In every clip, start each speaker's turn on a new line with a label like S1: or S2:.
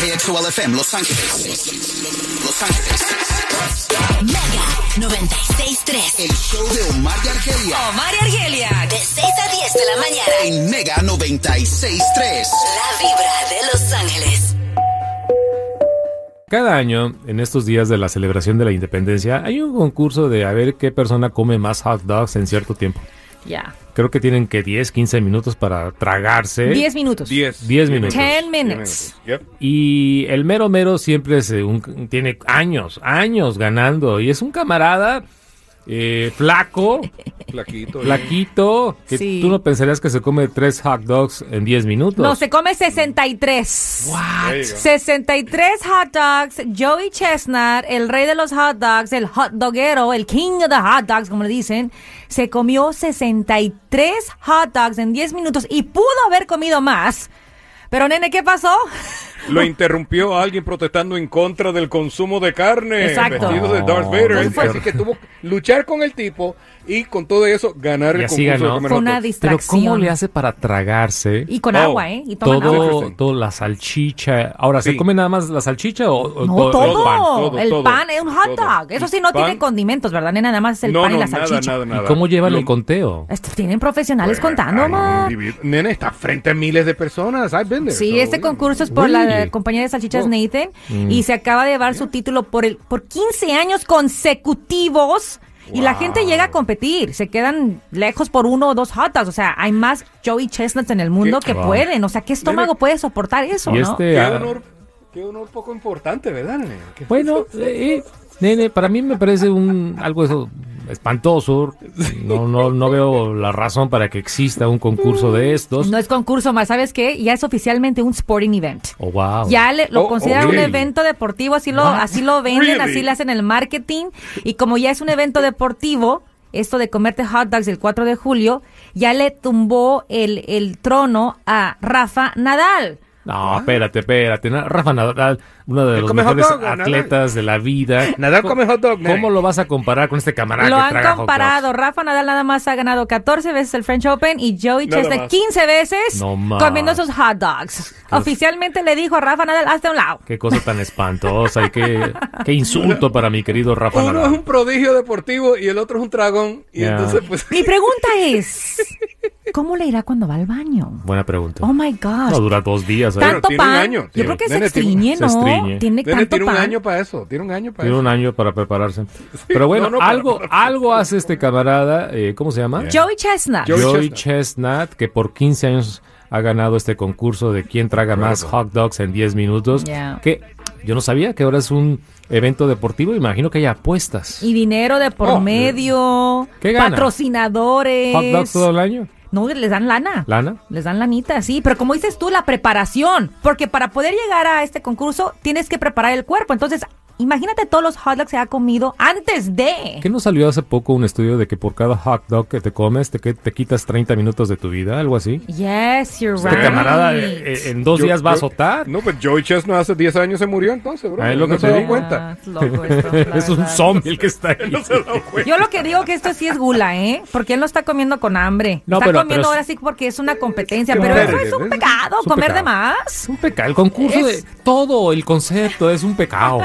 S1: KXOL FM Los Ángeles. Los Ángeles.
S2: Mega 96.3.
S1: El show de Omar y Argelia
S2: Omar y Argelia. De 6 a 10 de la mañana.
S1: en Mega 96.3.
S2: La vibra de Los Ángeles.
S3: Cada año, en estos días de la celebración de la independencia, hay un concurso de a ver qué persona come más hot dogs en cierto tiempo.
S4: Ya.
S3: Creo que tienen que 10, 15 minutos para tragarse.
S4: 10 minutos.
S5: 10.
S3: 10 minutos.
S4: 10 minutes.
S5: Yep.
S3: Y el mero mero siempre es, eh, un- tiene años, años ganando. Y es un camarada eh, flaco,
S5: Flaquito.
S3: flaquito, que
S4: Sí.
S3: tú no pensarías que se come tres hot dogs en 10 minutos.
S4: No, se come 63.
S5: Ya llegó.
S4: 63 hot dogs, Joey Chestnut, el rey de los hot dogs, el hot doguero, el king of the hot dogs, como le dicen, se comió 63 hot dogs en 10 minutos y pudo haber comido más. Pero nene, ¿qué pasó?
S5: Lo interrumpió alguien protestando en contra del consumo de carne.
S4: Exacto.
S5: Vestido de Darth
S3: No,
S5: Vader.
S3: fue-
S5: Así que tuvo que luchar con el tipo y con todo eso ganar
S3: Y
S5: el
S3: así
S5: concurso
S3: ganó.
S5: de comer
S4: Fue
S5: hot
S4: una
S5: dogs.
S3: Pero
S4: distracción.
S3: ¿cómo le hace para tragarse?
S4: Y con
S5: Oh,
S4: agua, ¿eh? Y toman agua.
S3: todo,
S5: Interesting.
S3: todo la salchicha. Ahora, ¿se
S5: Sí.
S3: come nada más la salchicha o, o
S4: No,
S3: todo,
S4: todo.
S3: el pan?
S5: todo,
S4: el
S5: todo,
S4: pan es un hot
S5: todo.
S4: dog. Eso sí, no
S5: Y pan-
S4: tiene condimentos, ¿verdad, nena? Nada más es el
S5: no,
S4: pan y
S5: no,
S4: la
S5: nada,
S4: salchicha.
S5: nada, nada.
S3: ¿Y cómo llevan
S5: Lo-
S3: el conteo?
S4: Estos tienen profesionales contando,
S5: Ay,
S4: ma.
S5: individuo- Nene, está frente a miles de personas. I've been there.
S4: Sí,
S5: So,
S4: este
S5: yeah.
S4: concurso es por la
S3: Really?
S4: compañía de salchichas
S5: Oh.
S4: Nathan
S3: Mm.
S4: y se acaba de llevar su título por el por 15 años consecutivos. Y la gente llega a competir, se quedan lejos por uno o dos jotas. O sea, hay más Joey Chestnuts en el mundo que
S3: Wow.
S4: pueden. O sea, ¿qué estómago
S5: Mira.
S4: puede soportar eso?
S3: Y
S4: no?
S3: este-
S5: Qué
S3: Ah.
S5: honor, qué honor poco importante, ¿verdad, nene? Qué-
S3: Bueno, eh, eh, nene, para mí me parece un algo eso espantoso. No, no, no veo la razón para que exista un concurso de estos.
S4: Mm. No es concurso más, ¿sabes qué? Ya es oficialmente un sporting event.
S3: Oh, wow.
S4: Ya le- lo
S5: Oh,
S4: consideran
S5: okay.
S4: un evento deportivo, así lo, así lo venden,
S5: Really?
S4: así le hacen el marketing. Y como ya es un evento deportivo, esto de comerte hot dogs el 4 de julio, ya le tumbó el, el trono a Rafa Nadal.
S3: No, espérate, espérate. Na- Rafa Nadal, uno de
S5: Él
S3: los
S5: Ah. come hot
S3: mejores
S5: dog, Nadal.
S3: atletas de la vida.
S5: Nadal come hot dog, nene.
S3: ¿Cómo lo vas a comparar con este camarada
S4: lo
S3: que
S4: han
S3: traga hot
S4: comparado. Rafa Nadal nada más ha ganado 14 veces el French Open y Joey
S5: Nada
S4: Chestnut
S5: más.
S4: 15 veces
S3: No más.
S4: comiendo sus hot dogs. Oficialmente le dijo a Rafa Nadal, hazte a un lado.
S3: Qué cosa tan espantosa y qué, qué insulto para mi querido Rafa
S5: Uno es
S3: Nadal.
S5: un prodigio deportivo y el otro es un dragón. Y
S3: Yeah.
S5: entonces, pues.
S4: Mi pregunta es, ¿cómo le irá cuando va al baño?
S3: Buena pregunta.
S4: Oh my gosh.
S3: No, dura dos días. ¿eh?
S4: tanto
S5: tiene un
S4: pan.
S5: año,
S4: Yo
S5: tiene-
S4: creo que se
S5: nene, tiene-
S4: extriñe,
S3: se
S4: ¿no?
S3: extriñe.
S4: Tiene
S5: Nene,
S4: tanto
S5: tiene un
S4: pan.
S5: año para eso, tiene un año para
S3: Tiene
S5: eso.
S3: un año para prepararse. Pero bueno,
S5: no, no, para-
S3: algo,
S5: para-
S3: algo hace este camarada, eh, ¿cómo se llama?
S4: Joey Chestnut.
S5: Joey
S3: Joey
S5: Chestnut.
S3: Chestnut, que por 15 años ha ganado este concurso de quién traga más hot dogs en 10 minutos.
S4: Yeah.
S3: Que yo no sabía que ahora es un evento deportivo, imagino que hay apuestas.
S4: Y dinero de por
S5: Oh.
S4: medio.
S3: ¿Qué gana?
S4: patrocinadores.
S3: ¿Hot dogs todo el año?
S4: No, les dan lana.
S3: ¿Lana?
S4: Les dan lanita, sí. Pero como dices tú, la preparación. Porque para poder llegar a este concurso tienes que preparar el cuerpo. Entonces, imagínate todos los hot dogs que ha comido antes de.
S3: ¿Qué no salió hace poco un estudio de que por cada hot dog que te comes te, que- te quitas 30 minutos de tu vida, algo así?
S4: Yes, you're
S3: Este
S4: right.
S3: camarada eh, eh, en dos
S5: Yo-
S3: días va a
S5: yo-
S3: azotar.
S5: No, pues Joey Chestnut hace 10 años se murió entonces, bro.
S3: Ah, es lo
S5: no
S3: que
S5: se
S3: te
S5: dio
S3: digo.
S5: cuenta.
S4: es loco esto, la
S3: es un
S4: verdad.
S3: zombie el que está ahí. Pues.
S4: Yo lo que digo que esto sí es gula, ¿eh? Porque él no está comiendo con hambre.
S3: No,
S4: está
S3: pero-
S4: comiendo
S3: pero-
S4: ahora sí porque es una competencia,
S5: Qué
S4: pero eso
S5: horrible,
S4: es un
S5: ¿ves?
S4: pecado,
S3: Es un
S4: comer de
S3: pecado.
S4: más.
S3: Es un pecado. El concurso
S4: Es-
S3: de todo el concepto es un pecado.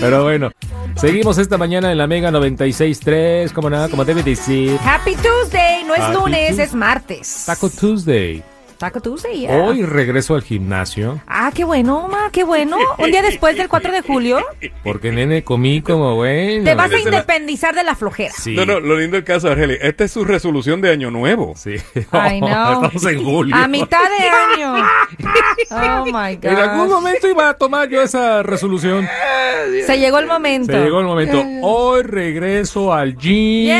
S3: Pero bueno, seguimos esta mañana en la Mega 96.3, como nada, como debe decir.
S4: Happy Tuesday, no es
S3: Happy
S4: lunes,
S3: Tuesday.
S4: es martes.
S3: Taco Tuesday.
S4: Taco Tuesday, ya.
S3: Hoy regreso al gimnasio
S4: Ah, qué bueno, ma, qué bueno. Un día después del 4 de julio,
S3: porque nene comí como bueno.
S4: te vas a
S5: desde la-
S4: independizar de la flojera.
S3: Sí.
S5: No, no, lo lindo del caso, Argeli, esta es su resolución de año nuevo.
S3: Sí.
S4: I know.
S3: Estamos en julio.
S4: A mitad de año. Oh my
S3: En algún
S4: God.
S3: momento iba a tomar yo esa resolución.
S4: Se llegó el momento.
S3: Se llegó el momento.
S4: Eh.
S3: Hoy regreso al gym.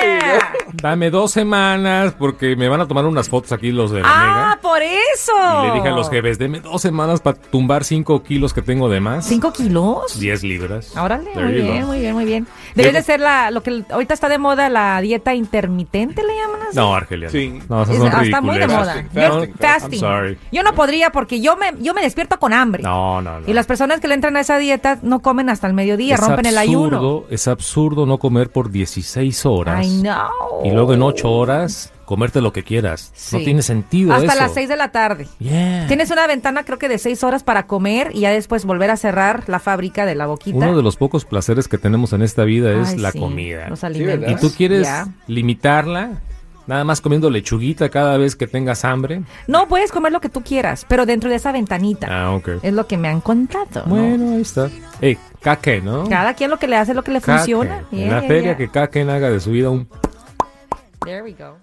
S4: Yeah.
S3: Dame dos semanas porque me van a tomar unas fotos aquí los de la
S4: Ah, por eso.
S3: Mega. Y le dije a los jefes, deme dos semanas para tumbar cinco kilos que tengo de más.
S4: ¿Cinco kilos?
S3: Diez libras.
S4: Órale,
S3: There
S4: muy
S3: you go.
S4: bien, muy bien, muy bien. Debes de
S3: Diego-
S4: ser la, lo que ahorita está de moda, la dieta intermitente, le llaman así.
S3: No, Argelia. no.
S5: Sí.
S3: No, esas
S4: Es-
S3: son
S4: ah, está muy de
S3: ridiculeces.
S4: moda.
S5: Fasting,
S4: Yo-
S5: fasting,
S4: fasting.
S3: fasting. I'm sorry.
S4: Yo no podría porque yo me, yo me despierto con hambre.
S3: No, no, no.
S4: Y las personas que le entran a esa dieta no comen hasta el mediodía,
S3: Es
S4: rompen el ayuno.
S3: absurdo- Es absurdo no comer por 16 horas.
S4: Ay, no.
S3: Y luego en ocho horas comerte lo que quieras. No
S4: Sí.
S3: tiene sentido
S4: Hasta
S3: eso.
S4: las 6 de la tarde.
S3: Yeah.
S4: Tienes una ventana creo que de 6 horas para comer y ya después volver a cerrar la fábrica de la boquita.
S3: Uno de los pocos placeres que tenemos en esta vida es
S4: Ay,
S3: la
S4: sí,
S3: comida.
S4: Los
S5: ¿verdad?
S4: alimentos.
S3: ¿Y tú quieres
S4: Ya.
S3: limitarla? Nada más comiendo lechuguita cada vez que tengas hambre.
S4: No, puedes comer lo que tú quieras, pero dentro de esa ventanita.
S3: Ah, ok.
S4: Es lo que me han contado. Eh, ¿no?
S3: Bueno, ahí está. Ey, caque, ¿no?
S4: Cada quien lo que le hace, lo que le
S3: Caquen.
S4: funciona.
S3: En
S4: Yeah,
S3: la
S4: yeah,
S3: feria
S4: yeah.
S3: que Kaken haga de su vida un
S4: There we go.